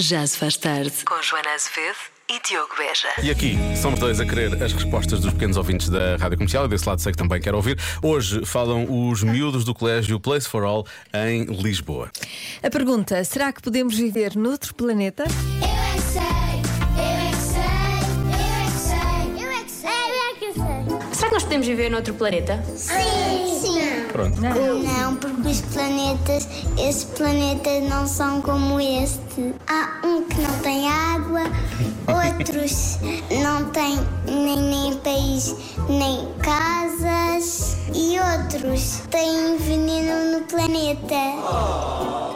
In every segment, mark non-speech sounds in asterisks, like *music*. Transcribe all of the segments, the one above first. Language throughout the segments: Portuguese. Já se faz tarde. Com Joana Azevedo e Diogo Beja. E aqui somos dois a querer as respostas dos pequenos ouvintes da Rádio Comercial e desse lado sei que também quero ouvir. Hoje falam os miúdos do colégio Place for All em Lisboa. A pergunta: será que podemos viver noutro planeta? Eu é que sei, eu é que sei, eu é que sei, eu é que sei, eu é que sei, eu é Será que nós podemos viver noutro planeta? que sei. Sim, sim. Pronto. Não, porque os planetas, esses planetas não são como este. Há um que não tem água, outros não têm nem, nem país, nem casas, e outros têm veneno no planeta.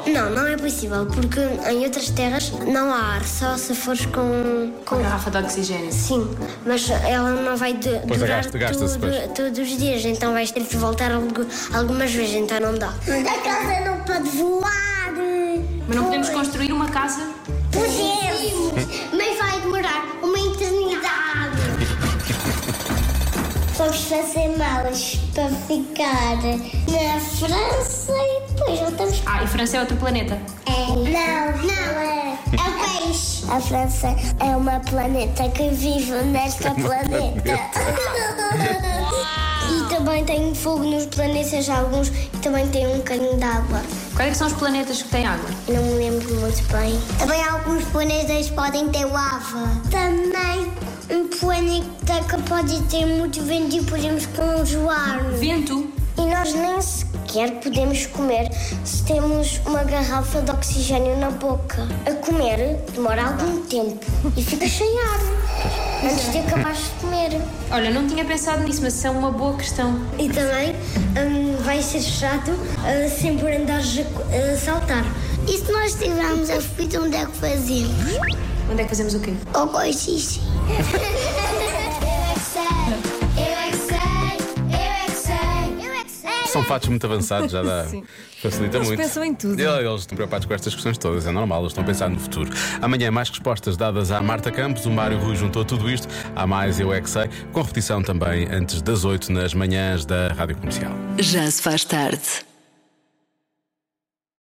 Não, não é possível, porque em outras terras não há ar, só assim. se fores com. com Garrafa de oxigênio. sim, mas ela não vai de, Pois, é, durar gasta- gasta-se, todo- pois. todos os dias, então vais ter que voltar algu- algumas vezes, então não dá. A casa não pode voar. Mas não podemos construir uma casa? Podemos, mas vai demorar uma eternidade. Vamos fazer malas para ficar na França e depois voltamos. Ah, e França é outro planeta. É, não, não, é, é o país. A França é uma planeta que vive nesta planeta. e também tem fogo nos planetas alguns e também tem um caninho d'água. Quais é que são os planetas que têm água? Não me lembro muito bem. Também alguns planetas podem ter lava. Também um planeta que pode ter muito vento e podemos congelar-nos. Vento. E nós nem sequer podemos comer se temos uma garrafa de oxigênio na boca. A comer demora algum tempo e fica sem ar antes de acabares de comer. Olha, não tinha pensado nisso, mas isso é uma boa questão. E também hum, vai ser chato ah, hum, sempre andares a, co- a saltar. E se nós tivermos a fita, onde é que fazemos? Onde é que fazemos o quê? Ou com xixi. Eu é que sei, eu é que sei, eu é que sei, eu é que sei. São fatos muito avançados, já dá. *laughs* Sim. Facilita Eles muito. pensam em tudo. Eles, eles estão preocupados com estas questões todas, é normal, eles estão a pensar no futuro. Amanhã, mais respostas dadas à Marta Campos, o Mário Rui juntou tudo isto. Há mais Eu É Que Sei, com repetição também antes das 8 nas manhãs da Rádio Comercial. Já se faz tarde.